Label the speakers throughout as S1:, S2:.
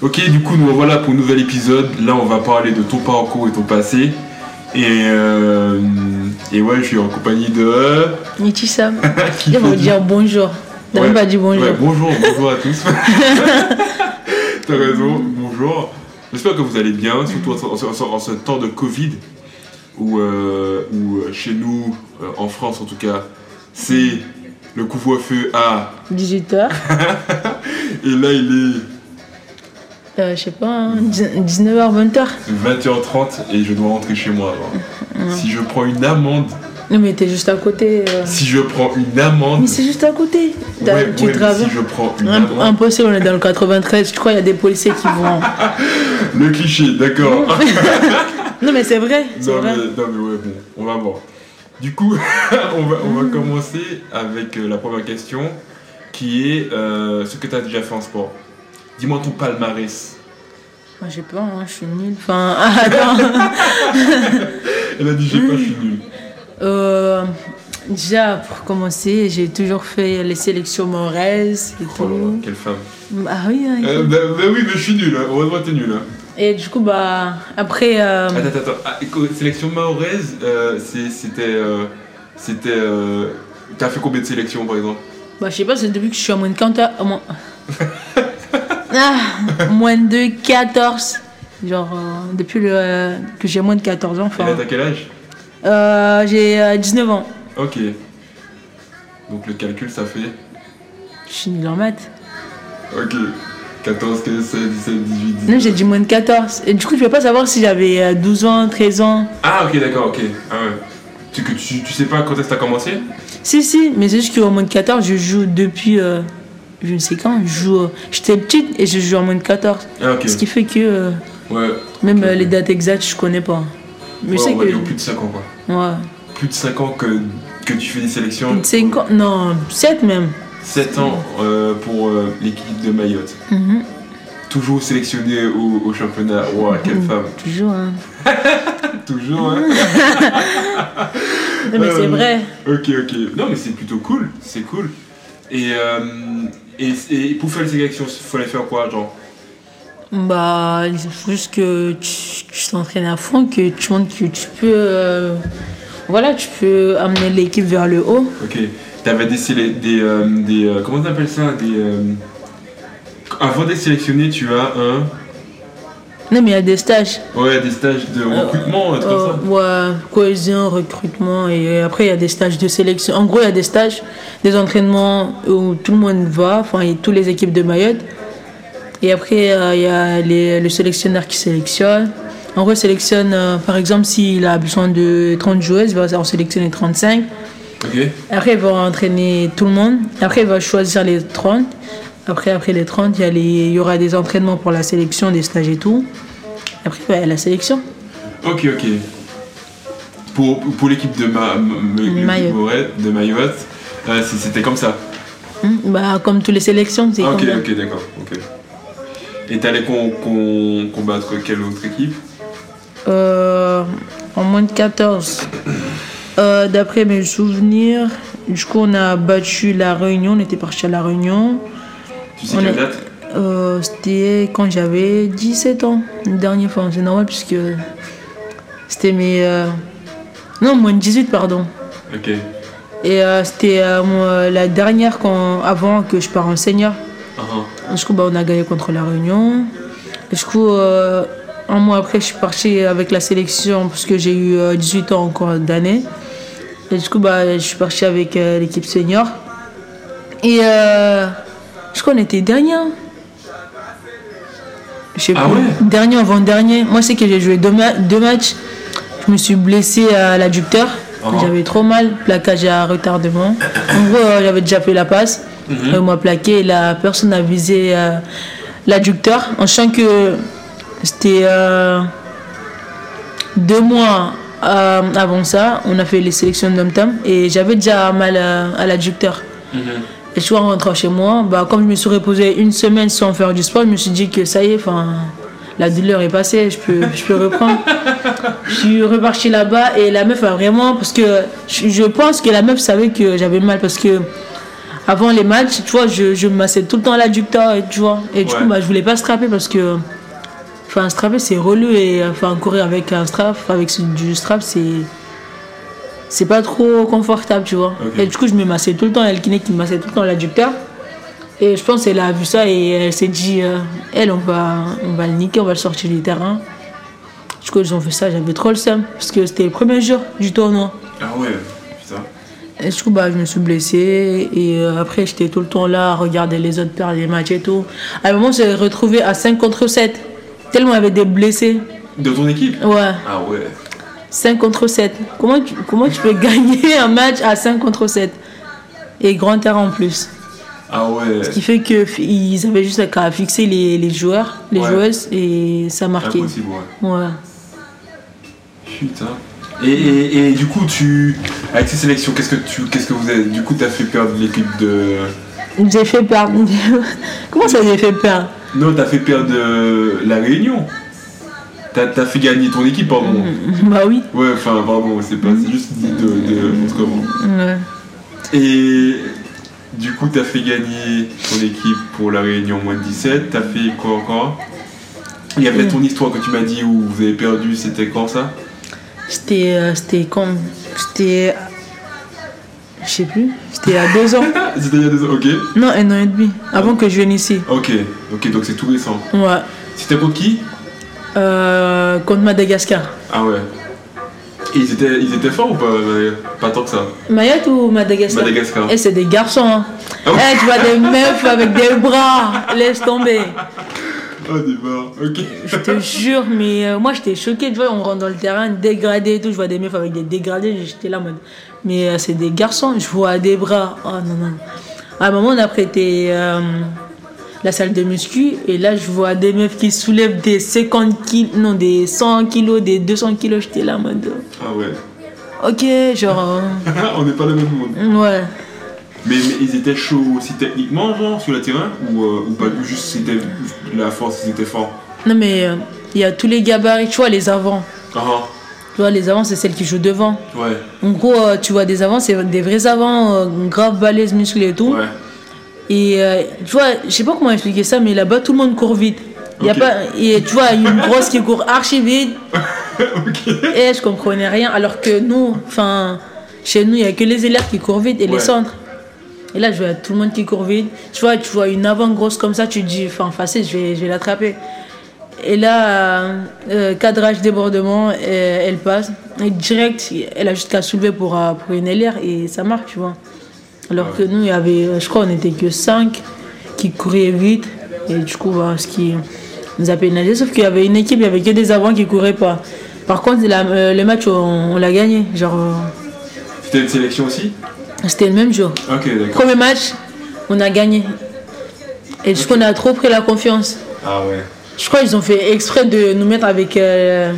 S1: Ok, du coup, nous revoilà pour un nouvel épisode. Là, on va parler de ton parcours et ton passé. Et, euh, et ouais, je suis en compagnie de.
S2: Et tu sais,
S1: qui
S2: ils
S1: fait
S2: vont
S1: du-
S2: dire bonjour. T'as
S1: Ouais.
S2: même pas dit bonjour.
S1: Ouais, bonjour, bonjour à tous. T'as raison, bonjour. J'espère que vous allez bien, surtout en, ce- en ce- en ce- en ce temps de Covid, où, euh, où, euh, chez nous, euh, en France en tout cas, c'est le couvre-feu à.
S2: 18h,
S1: Et là, il est
S2: Euh, je sais pas, hein, 19h, 20h.
S1: 20h30 et je dois rentrer chez moi avant. Si je prends une amende,
S2: Non, mais t'es juste à côté. euh.
S1: si je prends une amende,
S2: Mais c'est juste à côté. T'as-
S1: ouais,
S2: tu
S1: ouais, mais
S2: traverses.
S1: si je prends une
S2: Imp-
S1: amende,
S2: Impossible, on est dans le 93. Je crois qu'il y a des policiers qui vont.
S1: le cliché, d'accord.
S2: Non, mais c'est vrai. C'est
S1: Non
S2: vrai.
S1: mais, non mais ouais, bon, on va voir. Du coup, on va,
S2: Mm.
S1: on va commencer avec euh, la première question qui est euh, ce que tu as déjà fait en sport. Dis-moi ton palmarès.
S2: Moi, je sais pas, hein, je suis nulle. Enfin, ah, attends.
S1: Elle a dit j'ai pas, je suis nul.
S2: Mm. Euh, déjà, pour commencer, j'ai toujours fait les sélections Morez et
S1: Oh là là,
S2: tout.
S1: quelle femme.
S2: Ah oui, hein,
S1: Euh, bah, bah oui, mais je suis nul, hein. heureusement t'es nul. hein.
S2: Et du coup, bah, après. euh,
S1: Attends, attends, attends. Ah, éco- sélection mahoraise, euh, c'est- c'était... euh, c'était... euh, T'as fait combien de sélections par exemple
S2: Bah, je sais pas, c'est depuis que je suis en moins de 14. euh, Moins... Ah, moins de 14. Genre, euh, depuis le, euh, que j'ai moins de 14 ans,
S1: Et
S2: enfin.
S1: là t'as quel âge
S2: Euh, j'ai euh, 19 ans.
S1: Ok. Donc le calcul ça fait...
S2: Je suis nulle en maths.
S1: Ok. 14, 15, 16, 17, 18, 19...
S2: Non, j'ai dit moins de 14. Et du coup, je peux pas savoir si j'avais euh, 12 ans, 13 ans.
S1: Ah ok d'accord ok ah ouais. Tu, que tu, tu sais pas quand est-ce que t'as commencé
S2: Si, si, mais c'est juste qu'au moins de 14, je joue depuis. euh, je ne sais quand. Je joue. euh, J'étais petite et je joue en moins de 14.
S1: Ah ok.
S2: Ce qui fait que. euh,
S1: Ouais.
S2: même
S1: Ok.
S2: euh, les dates exactes, je connais pas. Mais
S1: Ouais,
S2: je sais
S1: on va
S2: que.
S1: dire plus de 5 ans quoi.
S2: Ouais.
S1: Plus de 5 ans que, que tu fais des sélections.
S2: 5 ans, non, 7 même.
S1: 7 ans euh, pour euh, l'équipe de Mayotte.
S2: Mhm.
S1: Toujours sélectionné au, au championnat. Ouah quelle
S2: Mhm.
S1: femme.
S2: Toujours, hein.
S1: Toujours hein.
S2: Non, mais
S1: Euh,
S2: c'est vrai.
S1: Ok ok. Non mais c'est plutôt cool. C'est cool. Et, euh, et, et pour faire les sélections, faut les faire quoi genre
S2: Bah, il faut juste que tu tu t'entraînes à fond, que tu montres que tu peux. euh, voilà, tu peux amener l'équipe vers le haut.
S1: Ok. T'avais des, séle- des, euh, des euh, comment on appelle ça Des euh, avant d'être sélectionné, tu as un
S2: Non, mais il y a des stages.
S1: ouais des stages de recrutement, un truc
S2: Euh,
S1: comme
S2: ouais, cohésion, recrutement, et après, il y a des stages de sélection. En gros, il y a des stages, des entraînements où tout le monde va, enfin, et toutes les équipes de Mayotte. Et après, euh, il y a les- le sélectionneur qui sélectionne. En gros, il sélectionne, euh, par exemple, s'il a besoin de 30 joueuses, il va en sélectionner 35.
S1: ça.
S2: euh,
S1: Ok.
S2: Après, il va entraîner tout le monde. Après, il va choisir les 30. Après, après les 30, il y, a les- il y aura des entraînements pour la sélection, des stages et tout. Après, bah, la sélection.
S1: Ok ok. Pour, pour l'équipe de ma, m- l'équipe
S2: Mayotte.
S1: Morel- de Mayotte, euh, c'est- c'était comme ça.
S2: Hmm, Bah, comme toutes les sélections, c'est
S1: Ah, ok
S2: comme ça.
S1: ok d'accord. Ok. Et t'allais con- con- combattre quelle autre équipe
S2: Euh, en moins de 14. Euh, D'après mes souvenirs, du coup, on a battu La Réunion, on était parti à La Réunion.
S1: Tu sais
S2: On
S1: quelle
S2: est-
S1: date
S2: Euh, C'était quand j'avais 17 ans, une dernière fois. C'est normal puisque c'était mes. euh, Non, moins de 18, pardon.
S1: Ok.
S2: Et euh, c'était euh, moi, la dernière quand, avant que je pars en senior.
S1: Ah, ah.
S2: Du coup, bah, on a gagné contre la Réunion. Et du coup, euh, un mois après, je suis partie avec la sélection parce que j'ai eu euh, 18 ans encore d'année. Et du coup, bah, je suis partie avec euh, l'équipe senior. Et euh, je crois qu'on était dernier. Je sais
S1: Ah
S2: plus.
S1: ouais
S2: Dernier, avant-dernier. Moi, c'est que j'ai joué deux, ma- deux matchs. Je me suis blessée à l'adducteur.
S1: Oh.
S2: J'avais trop mal, plaquage à retardement. En gros, euh, j'avais déjà fait la passe. Et on m'a plaqué et la personne a visé euh, l'adducteur. En sachant que c'était euh, deux mois euh, avant ça, on a fait les sélections d'Omtom et j'avais déjà mal euh, à l'adducteur.
S1: Mhm.
S2: Et je suis rentrée chez moi, bah, comme je me suis reposée une semaine sans faire du sport, je me suis dit que ça y est, enfin, la douleur est passée, je peux, je peux reprendre. je suis repartie là-bas et la meuf a vraiment, parce que je je pense que la meuf savait que j'avais mal parce que avant les matchs, tu vois, je, je me massais tout le temps à l'adducteur, et tu vois. Et du
S1: Ouais.
S2: coup, bah, je voulais pas strapper parce que. Enfin, strapper, c'est relou et enfin, courir avec un strap, avec ce- du strap, c'est. C'est pas trop confortable, tu vois.
S1: Ok.
S2: Et du coup, je me massais tout le temps, et le kiné qui me massait tout le temps à l'adducteur. Et je pense qu'elle a vu ça et elle s'est dit, euh, elle, on va, on va le niquer, on va le sortir du terrain. Du coup, ils ont fait ça, j'avais trop le seum, parce que c'était le premier jour du tournoi.
S1: Ah ouais, putain.
S2: Et du coup, bah, je me suis blessée. Et euh, après, j'étais tout le temps là à regarder les autres perdre les matchs et tout. À un moment, j'ai retrouvé à 5 contre 7. Tellement il y avait des blessés.
S1: De ton équipe
S2: Ouais,
S1: Ah ouais.
S2: 5 contre 7. Comment tu, comment tu peux gagner un match à 5 contre 7 Et grand terrain en plus.
S1: Ah ouais.
S2: Ce qui fait qu'ils avaient juste qu'à fixer les, les joueurs, les
S1: Ouais.
S2: joueuses, et ça marquait.
S1: Impossible, ouais.
S2: Ouais.
S1: Putain. Et, et- et du coup, tu avec ces sélections, qu'est-ce que tu, qu'est-ce que vous avez Du coup, t'as fait perdre l'équipe de.
S2: J'ai fait perdre. comment ça, j'ai fait perdre
S1: Non, t'as fait perdre euh, la Réunion. T'as, t'as fait gagner ton équipe, pardon.
S2: Bah oui.
S1: Ouais, enfin, pardon, c'est pas, c'est juste dit de, de autrement.
S2: Ouais.
S1: Et du coup, t'as fait gagner ton équipe pour la Réunion moins de 17. T'as fait quoi encore Il y avait ton histoire que tu m'as dit où vous avez perdu, c'était quand ça
S2: C'était euh, c'était quand C'était. Je sais plus. C'était à deux ans.
S1: Ah, C'était il y a deux ans, ok.
S2: Non, un an et demi. Avant que je vienne ici.
S1: Ok, ok, donc c'est tout récent.
S2: Ouais.
S1: C'était contre qui
S2: Euh, contre Madagascar.
S1: Ah ouais. Et ils étaient, ils étaient forts ou pas euh, Pas tant que ça.
S2: Mayotte ou Madagascar
S1: Madagascar.
S2: Eh, c'est des garçons. Hein.
S1: Ah oui.
S2: Eh, tu vois des meufs avec des bras. Laisse tomber.
S1: Oh, des morts, ok.
S2: Je te jure, mais euh, moi j'étais choquée. Tu vois, on rentre dans le terrain, dégradé et tout. Je vois des meufs avec des dégradés. J'étais là en mode. Mais euh, c'est des garçons, je vois des bras. Oh non, non. À un moment, on a prêté euh, la salle de muscu. Et là, je vois des meufs qui soulèvent des 50 kilos, non, des 100 kilos, des 200 kilos. J'étais là en mode. euh,
S1: Ah ouais.
S2: Ok, genre. euh,
S1: On n'est pas le même monde.
S2: ouais.
S1: Mais, mais ils étaient chauds aussi techniquement, genre, sur le terrain Ou, euh, ou pas ou juste c'était la force, ils étaient forts
S2: Non, mais euh, il y a tous les gabarits, tu vois, les avants.
S1: Ah
S2: Tu vois, les avants, c'est celles qui jouent devant.
S1: ah, ouais.
S2: En gros, euh, tu vois des avants, c'est des vrais avants, euh, grave balèzes, musclés et tout.
S1: Ouais.
S2: Et euh, tu vois, je sais pas comment expliquer ça, mais là-bas, tout le monde court vite. Y a
S1: Ok.
S2: pas, et tu vois, une grosse qui court archi vite.
S1: ok.
S2: Et je comprenais rien. Alors que nous, enfin, chez nous, il y a que les élèves qui courent vite et
S1: Ouais.
S2: les centres. Et là, je vois tout le monde qui court vite. Tu vois, tu vois une avant grosse comme ça, tu te dis, enfin, facile, je vais, je vais l'attraper. Et là, euh, euh, cadrage, débordement, et elle passe. Et direct, elle a juste qu'à soulever pour, euh, pour une LR et ça marque, tu vois. Alors que nous, il y avait, euh, je crois, on n'était que 5 qui couraient vite. Et du coup, bah, ce qui nous a pénalisé. Sauf qu'il y avait une équipe, il n'y avait que des avants qui couraient pas. Par contre, la- euh, le match, on, on l'a gagné. Genre, euh,
S1: C'était une sélection aussi
S2: c'était le même jour.
S1: Ok, d'accord.
S2: Premier match, on a gagné. Et du coup, on a trop pris la confiance.
S1: Ah ouais.
S2: Je crois qu'ils ont fait exprès de nous mettre avec euh,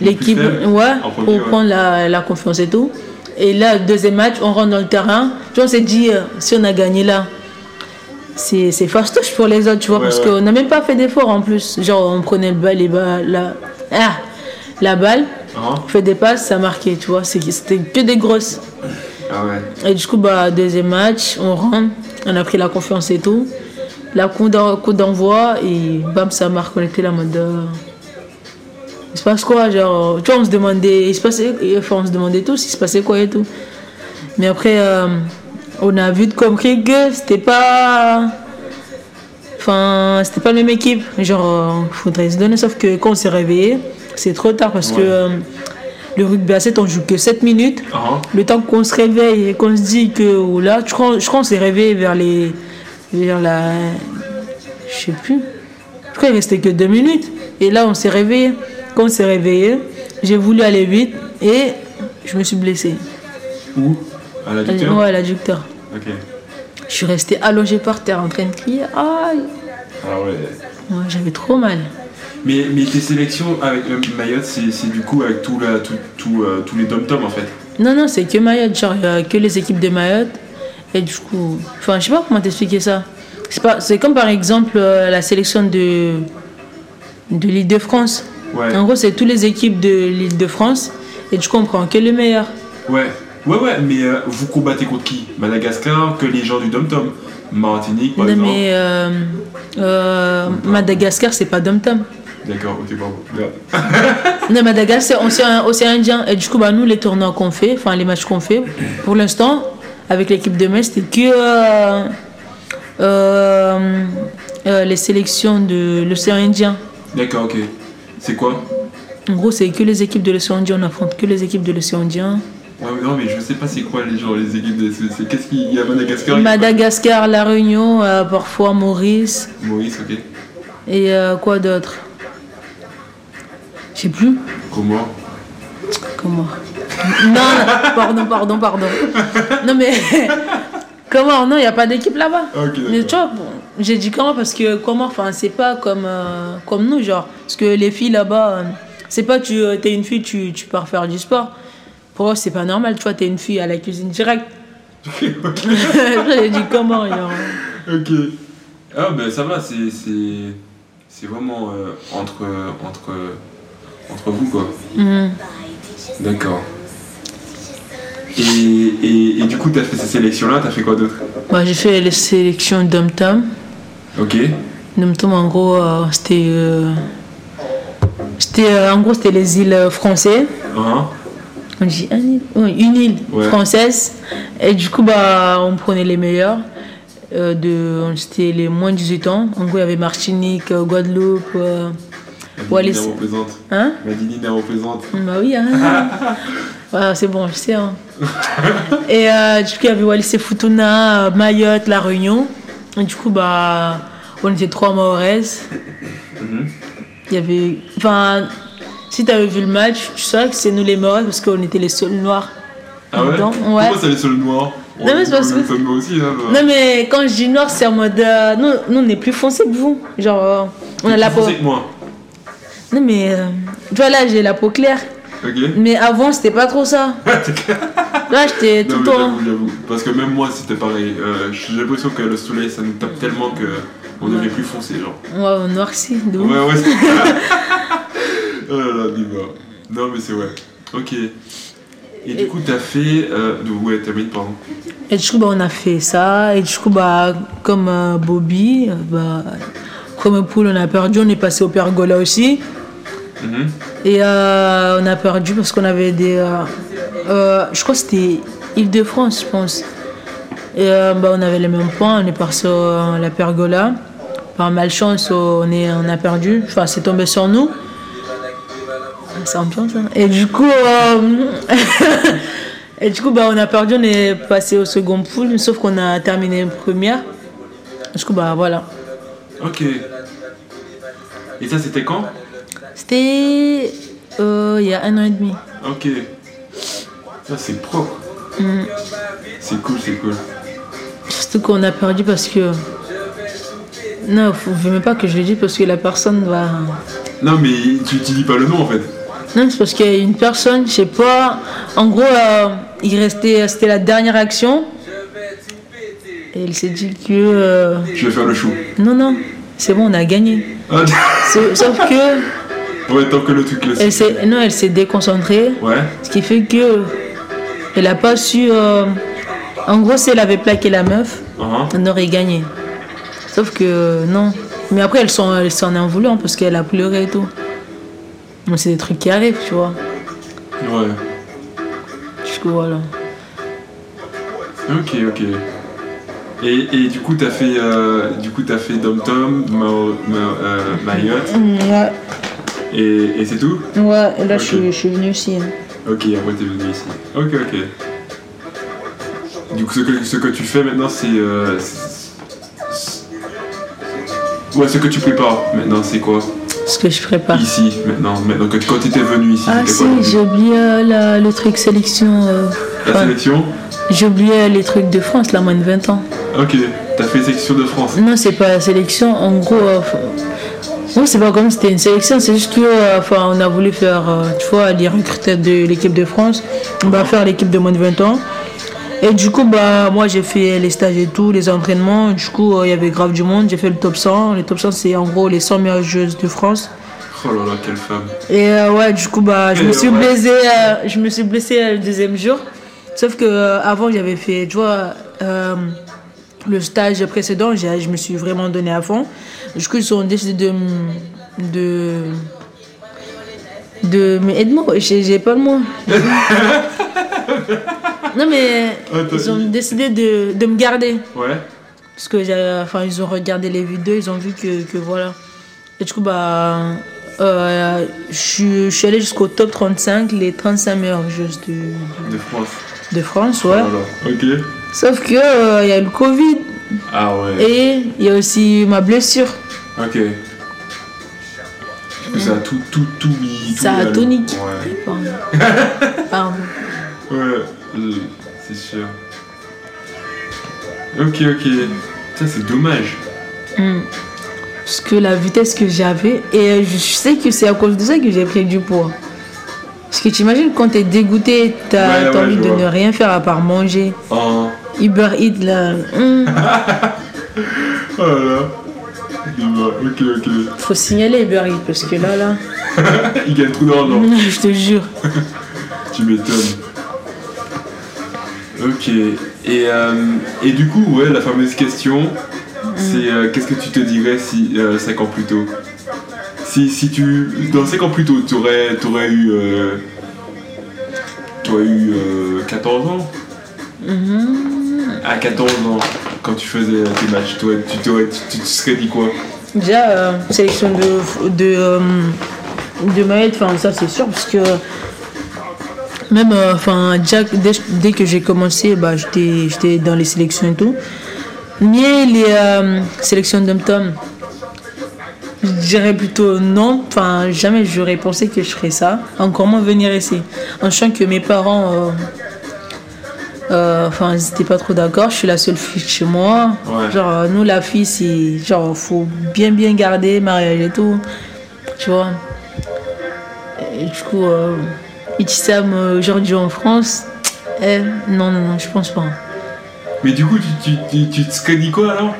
S2: l'équipe
S1: faible,
S2: ouais,
S1: en premier,
S2: pour
S1: ouais.
S2: prendre la, la confiance et tout. Et là, deuxième match, on rentre dans le terrain. Tu vois, on s'est dit, euh, si on a gagné là, c'est c'est fastoche pour les autres, tu vois,
S1: Ouais,
S2: parce
S1: ouais.
S2: qu'on n'a même pas fait d'effort en plus. Genre, on prenait le bal, les balles, la, ah, la balle,
S1: Ah,
S2: on fait des passes, ça marquait, tu vois. C'est- C'était que des grosses.
S1: ah ouais.
S2: Et du coup, bah, deuxième match, on rentre, on a pris la confiance et tout. La coup d'en- coup d'envoi et bam, ça marque, on était là en mode. euh, Il se passe quoi Genre, tu vois, on se demandait, il se passait, enfin, on se demandait tous, il se passait quoi et tout. Mais après, euh, on a vite compris que c'était pas. Enfin, c'était pas la même équipe. Genre, euh, faudrait se donner, sauf que quand on s'est réveillé, c'est trop tard parce que
S1: Ouais.
S2: euh, le rugby à 7, on joue que 7 minutes.
S1: Ah
S2: Le temps qu'on se réveille et qu'on se dit que oh là, je crois, je crois qu'on s'est réveillé vers les. vers la. Je sais plus. Je crois qu'il restait que deux minutes. Et là, on s'est réveillé. Quand on s'est réveillé, j'ai voulu aller vite et je me suis blessée.
S1: Où À la
S2: Allez,
S1: Ducteur
S2: Ouais, à l'adducteur.
S1: Ok.
S2: Je suis restée allongée par terre en train de crier. Aïe
S1: Ah ouais.
S2: Ouais, J'avais trop mal.
S1: Mais, mais tes sélections avec euh, Mayotte, c'est, c'est du coup avec tout la, tout, tout, euh, tous les dom-toms en fait.
S2: Non, non, c'est que Mayotte, genre, il y a que les équipes de Mayotte. Et du coup, enfin, je sais pas comment t'expliquer ça. C'est pas, c'est comme par exemple euh, la sélection de, de l'île de France.
S1: Ouais.
S2: En gros, c'est toutes les équipes de l'île de France. Et du coup, on prend que le meilleur.
S1: Ouais. Ouais, ouais, mais euh, vous combattez contre qui Madagascar que les gens du Dom Tom Martinique, par
S2: Non,
S1: exemple
S2: mais euh, euh, Madagascar, c'est pas Dom Tom.
S1: D'accord, ok, bon, regarde.
S2: Non, Madagascar, c'est océan, océan Indien. Et du coup, bah, nous, les tournois qu'on fait, enfin, les matchs qu'on fait, pour l'instant, avec l'équipe de Metz, c'était que euh, euh, euh, les sélections de l'océan Indien.
S1: D'accord, ok. C'est quoi
S2: En gros, c'est que les équipes de l'océan Indien, on affronte que les équipes de l'océan Indien.
S1: Ouais, mais non, mais je sais pas c'est quoi les gens, les équipes de SVC. Qu'est-ce qu'il y a à Madagascar il y a
S2: Madagascar, La Réunion, euh, parfois Maurice,
S1: quoi Maurice, ok.
S2: et euh, quoi d'autre Je sais plus.
S1: Comment
S2: Comment Non, non, pardon, pardon, pardon. Non, mais. Comment Non, il n'y a pas d'équipe là-bas.
S1: Ok,
S2: Mais tu
S1: d'accord.
S2: vois, bon, j'ai dit comment parce que comment, enfin, c'est pas comme, euh, comme nous, genre. Parce que les filles là-bas, euh, c'est pas, tu euh, t'es une fille, tu, tu pars faire du sport. Pour eux, c'est pas normal, tu vois, t'es une fille à la cuisine directe. j'ai dit comment, genre.
S1: Ok. Ah, ben ça va, c'est. C'est c'est vraiment euh, entre. euh, entre. euh, entre vous, quoi.
S2: Hmm.
S1: D'accord. Et, et, et du coup, t'as fait ces sélections-là, t'as fait quoi d'autre
S2: Bah, j'ai fait les sélections d'Om Tom.
S1: Ok.
S2: Dom Tom, en gros, euh, c'était. euh, c'était, euh, en gros, c'était les îles françaises.
S1: Hein
S2: On dit un île Oui, une île
S1: Ouais.
S2: française. Et du coup, bah, on prenait les meilleurs. Euh, de, c'était les moins de 18 ans. En gros, il y avait Martinique, euh, Guadeloupe. euh, Wallis.
S1: Madinina représente.
S2: hein
S1: Madinina représente.
S2: Bah oui, hein. Voilà, c'est bon, je sais. hein. et euh, du coup, il y avait Wallis et Futuna, euh, Mayotte, La Réunion. Et du coup, bah, on était trois Mahoraises.
S1: Mhm.
S2: Il y avait. Enfin, si tu avais vu le match, tu saurais que c'est nous les Mahoraises parce qu'on était les seuls noirs.
S1: Ah ouais
S2: Dedans, ouais.
S1: Pourquoi ça allait sur le noir On-
S2: Non, mais c'est parce
S1: on-
S2: que-
S1: ça me va aussi, hein, bah.
S2: Non mais quand je dis noir, c'est en mode... euh, nous, nous, on est plus foncé que vous. Genre, euh, on a la
S1: Plus
S2: peau...
S1: foncé que moi.
S2: Non mais... euh, tu vois là, j'ai la peau claire.
S1: Ok.
S2: Mais avant, c'était pas trop ça. là, j'étais
S1: Non,
S2: tout le
S1: mais
S2: temps... hein.
S1: j'avoue, j'avoue. Parce que même moi, c'était pareil. Euh, J'ai l'impression que le soleil, ça nous tape tellement que on devient
S2: Ouais.
S1: plus foncé, genre.
S2: Ouais, on noircit, de ouf.
S1: Ouais, ouais. c'est- oh là là, dis-moi. Non, mais c'est ouais. Ok. Et du coup, t'as fait. Euh, ouais, t'as mis, pardon.
S2: Et du coup, bah, on a fait ça. Et du coup, bah, comme euh, Bobby, euh, bah, comme Poule, on a perdu. On est passé au Pergola aussi.
S1: Mhm.
S2: Et euh, on a perdu parce qu'on avait des. euh, euh, je crois que c'était Île-de-France, je pense. Et euh, bah, on avait les mêmes points. On est parti à la pergola. Par malchance, on, est, on a perdu. Enfin, c'est tombé sur nous. C'est ambiant, ça. Et du coup. euh, Et du coup, bah, on a perdu. On est passé au second pool. Sauf qu'on a terminé première. Du coup, bah voilà.
S1: Ok. Et ça, c'était quand
S2: C'était. euh, Il y a un an et demi.
S1: Ok. Ça, c'est propre.
S2: Mm.
S1: C'est cool, c'est cool.
S2: Surtout qu'on a perdu parce que. Non, faut- je veux même pas que je le dise parce que la personne va.
S1: Non, mais tu, tu dis pas le nom en fait.
S2: Non, c'est parce qu'il y a une personne, je sais pas. En gros, euh, il restait. C'était la dernière action. Et il s'est dit que. euh,
S1: Je vais faire le chou.
S2: Non, non, c'est bon, on a gagné.
S1: Ah,
S2: Sauf sauf que.
S1: ouais, tant que le truc le
S2: Elle s'est... Non, elle s'est déconcentrée.
S1: Ouais.
S2: Ce qui fait que. Elle a pas su. euh, En gros, si elle avait plaqué la meuf.
S1: Hein
S2: on aurait gagné. Sauf que euh, non. Mais après, elles s'en elles s'en est en voulant parce qu'elle a pleuré et tout. Mais c'est des trucs qui arrivent, tu vois.
S1: Ouais.
S2: Du coup, voilà.
S1: Ok, ok. Et, et du coup, t'as fait, euh, du coup, t'as fait Dom Tom, Mao- Mao- euh, Mayotte,
S2: Ouais,
S1: et, et c'est tout
S2: ouais et là,
S1: je suis-
S2: venue aussi. hein.
S1: Ok, après t'es venu ici. Ok, ok. Du coup, ce que, ce que tu fais maintenant, c'est... euh, c'est- c'est- ouais, ce que tu prépares maintenant, c'est quoi
S2: Ce que je prépare.
S1: Ici, maintenant, maintenant que quand t'étais venu ici,
S2: Bah. Ah
S1: c'était
S2: si,
S1: quoi ton-
S2: j'ai oublié euh, la- le truc sélection. euh,
S1: La
S2: ouais.
S1: sélection
S2: J'ai oublié les trucs de France, là, moins de 20 ans.
S1: Ok, t'as fait sélection de France.
S2: Non, c'est pas la sélection. En gros, euh, faut- non, c'est pas comme si c'était une sélection. C'est juste que, euh, enfin, on a voulu faire, euh, tu vois, les recruteurs de l'équipe de France. On va faire l'équipe de moins de 20 ans. Et du coup, bah, moi, j'ai fait les stages et tout, les entraînements. Du coup, euh, il y avait grave du monde. J'ai fait le top 100. Le top 100, c'est en gros les 100 meilleures joueuses de France.
S1: Oh là là, quelle femme.
S2: Et euh, ouais, du coup, bah, je me
S1: Et
S2: suis
S1: ouais.
S2: blessée. euh, je me suis blessée euh, le deuxième jour. Sauf que euh, avant, j'avais fait, tu vois, euh, le stage précédent, j'ai- je me suis vraiment donné à fond. Du coup, ils ont décidé de m- de de mais aide-moi, j'ai j'ai pas le mot. non mais
S1: Attends,
S2: ils ont
S1: il-
S2: décidé de, de me garder
S1: Ouais.
S2: parce que j'ai- enfin ils ont regardé les vidéos, ils ont vu que, que voilà. Et du coup bah euh, je suis- je suis allée jusqu'au top 35, les 35 meilleurs jeux de,
S1: De France.
S2: de France, ouais.
S1: Voilà. Ok.
S2: Sauf que euh, il y a eu le Covid
S1: Ah ouais.
S2: et il y a aussi ma blessure.
S1: Ok. Parce que Ça a tout, tout, tout mis. tout
S2: Ça a
S1: mis à
S2: tout
S1: l'eau.
S2: niqué.
S1: Ouais.
S2: Pardon. Pardon.
S1: Ouais. euh, C'est sûr. Ok, ok. Ça, c'est dommage.
S2: Mm. Parce que la vitesse que j'avais, et je sais que c'est à cause de ça que j'ai pris du poids. Parce que t'imagines quand t'es dégoûté, t'as
S1: Ouais,
S2: t'as
S1: ouais,
S2: envie
S1: je
S2: de
S1: vois.
S2: ne rien faire à part manger.
S1: Oh.
S2: Uber Eats là, hum,
S1: Oh là là. Dommage. Ok, ok.
S2: faut signaler Uber Eats parce que là là,
S1: Il gagne tout d'argent.
S2: je te jure.
S1: Tu m'étonnes. Ok. Et, euh, et du coup, ouais, la fameuse question, c'est euh, qu'est-ce que tu te dirais si euh, 5 ans plus tôt si, si tu. Dans 5 ans plus tôt, tu aurais, eu. euh, t'aurais eu euh, 14 ans
S2: Mhm.
S1: À 14 ans, quand tu faisais tes matchs, t'aurais- tu, t'aurais- tu, tu te serais dit quoi
S2: Déjà, euh, sélection de, de, euh, de maillettes, enfin ça c'est sûr parce que même euh, enfin déjà que- dès, dès que j'ai commencé, bah, j'étais j'étais dans les sélections et tout. Mais les euh, sélections d'hommes-tom, je dirais plutôt non. Enfin, jamais j'aurais pensé que je ferais ça. Encore moins venir ici. En sachant que mes parents, euh, euh, enfin, ils n'étaient pas trop d'accord. Je suis la seule fille chez moi.
S1: Ouais.
S2: Genre, euh, nous, la fille, c'est genre, faut bien, bien garder, mariage et tout. Tu vois. Et du coup, euh, Itisam euh, aujourd'hui en France, eh, non, non, non, je pense pas.
S1: Mais du coup, tu, tu, tu, tu te serais dit quoi alors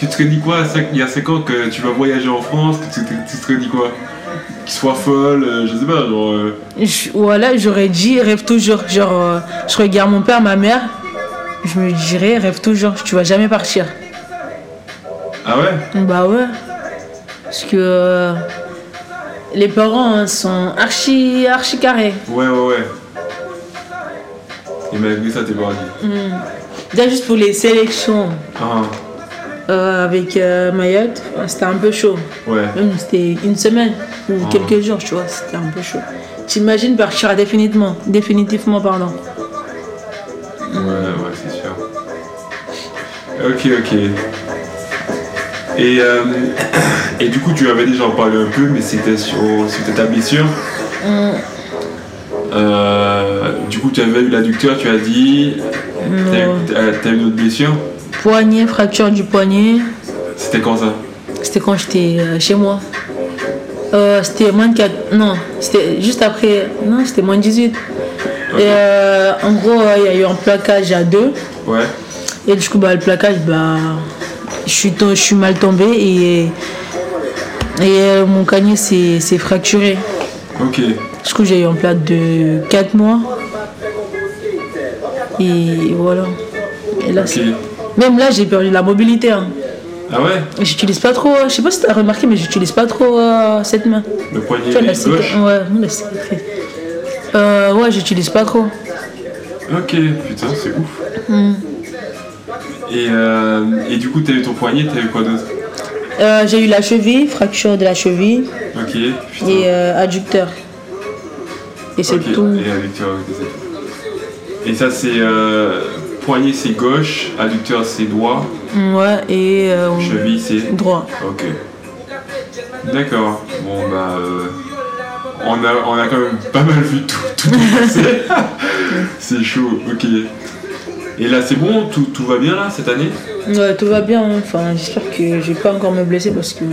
S1: Tu te serais dit quoi à cinq- il y a 5 ans que tu vas voyager en France Tu, tu, tu te serais dit quoi Qu'il soit folle, euh, je sais pas, genre. euh,
S2: Je- voilà, j'aurais dit rêve toujours. Genre, euh, je regarde mon père, ma mère, je me dirais rêve toujours, tu vas jamais partir.
S1: Ah ouais
S2: Bah ouais. Parce que euh, les parents hein, sont archi, archi carrés.
S1: Ouais, ouais, ouais. Et malgré ça, t'es pas dit.
S2: Hmm. Déjà, juste pour les sélections
S1: Ah,
S2: euh, avec euh, Mayotte, c'était un peu chaud.
S1: ouais.
S2: Même c'était une semaine ou
S1: Ah.
S2: quelques jours, tu vois, c'était un peu chaud. T'imagines partir définitivement, définitivement, pardon.
S1: Ouais, ouais, c'est sûr. Ok, ok. Et, euh, et du coup, tu avais déjà en parlé un peu, mais c'était sur, c'était ta blessure.
S2: Hmm.
S1: Euh, du coup, tu avais eu l'adducteur, tu as dit. T'as
S2: Non.
S1: eu- t'as- t'as eu une autre blessure
S2: Poignet, fracture du poignet.
S1: C'était quand ça
S2: C'était quand j'étais euh, chez moi. Euh, c'était moins de 4. Non, c'était juste après. Non, c'était moins de 18.
S1: Ok.
S2: Et euh, en gros, euh, il y a eu un plaquage à deux.
S1: Ouais.
S2: Et du coup, bah, le plaquage, bah, je suis, to- je suis mal tombé et, et euh, mon canier s'est s'est fracturé.
S1: Ok.
S2: Du coup, j'ai eu un plat de 4 mois. Et voilà. Et là,
S1: Ok.
S2: c'est- Même là, j'ai perdu de la mobilité. hein.
S1: Ah ouais
S2: J'utilise pas trop, euh, je sais pas si t'as remarqué, mais j'utilise pas trop euh, cette main.
S1: Le
S2: Tu
S1: poignet
S2: vois, la cica-
S1: gauche
S2: Ouais, la cicatrice. Euh, ouais, j'utilise pas trop.
S1: Ok, putain, c'est ouf.
S2: Hmm.
S1: Et, euh, et du coup, t'as eu ton poignet, t'as eu quoi d'autre
S2: Euh, j'ai eu la cheville, fracture de la cheville
S1: Ok, putain.
S2: et euh, adducteur. Et c'est
S1: Ah. Ok,
S2: tout.
S1: Et adducteur, ok, c'est tout. Et ça, c'est. euh, poignet, c'est gauche, adducteur, c'est droit,
S2: Mm, Ouais, et euh,
S1: cheville, c'est.
S2: droit.
S1: Ok. D'accord. Bon, bah. euh, on, a, on a quand même pas mal vu tout, tout passer. c'est chaud, ok. Et là, c'est bon tout, tout va bien là cette année
S2: Ouais, tout va bien. hein. Enfin, j'espère que je vais pas encore me blesser parce que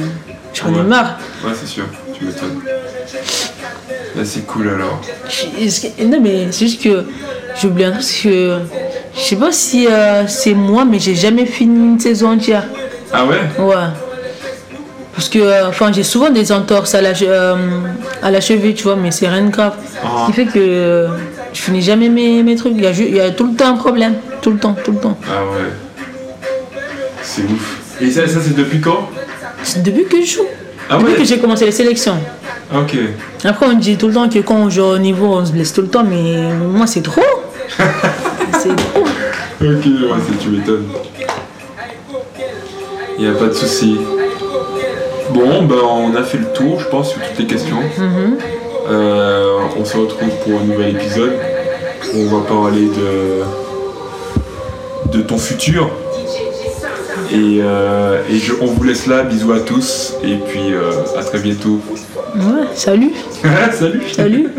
S2: j'en ai
S1: Ouais.
S2: marre.
S1: Ouais, c'est sûr, tu m'étonnes. Là, c'est cool alors.
S2: Je- est-ce que- Non, mais c'est juste que j'ai oublié un truc, parce que je sais pas si euh, c'est moi, mais j'ai jamais fini une saison entière.
S1: Ah ouais
S2: Ouais. Parce que euh, enfin, j'ai souvent des entorses à la, che- euh, à la cheville, tu vois, mais c'est rien de grave. Ce
S1: Ah.
S2: qui fait que euh, Je finis jamais mes, mes trucs. Il y, a, ju- il y a tout le temps un problème. Tout le temps, tout le temps.
S1: Ah ouais. C'est ouf. Et ça, ça c'est depuis quand
S2: C'est depuis que je joue.
S1: Ah
S2: depuis
S1: ouais.
S2: que j'ai commencé les sélections.
S1: Ok.
S2: Après, on dit tout le temps que quand on joue au niveau, on se blesse tout le temps, mais moi, c'est trop. c'est trop.
S1: Ok, ouais, c'est- tu m'étonnes. Il a pas de souci. Bon, ben on a fait le tour, je pense, sur toutes les questions. Euh, on se retrouve pour un nouvel épisode. On va parler de, de ton futur. Et, euh, et je- on vous laisse là. Bisous à tous. Et puis euh, à très bientôt.
S2: Ouais, salut,
S1: Salut.
S2: salut.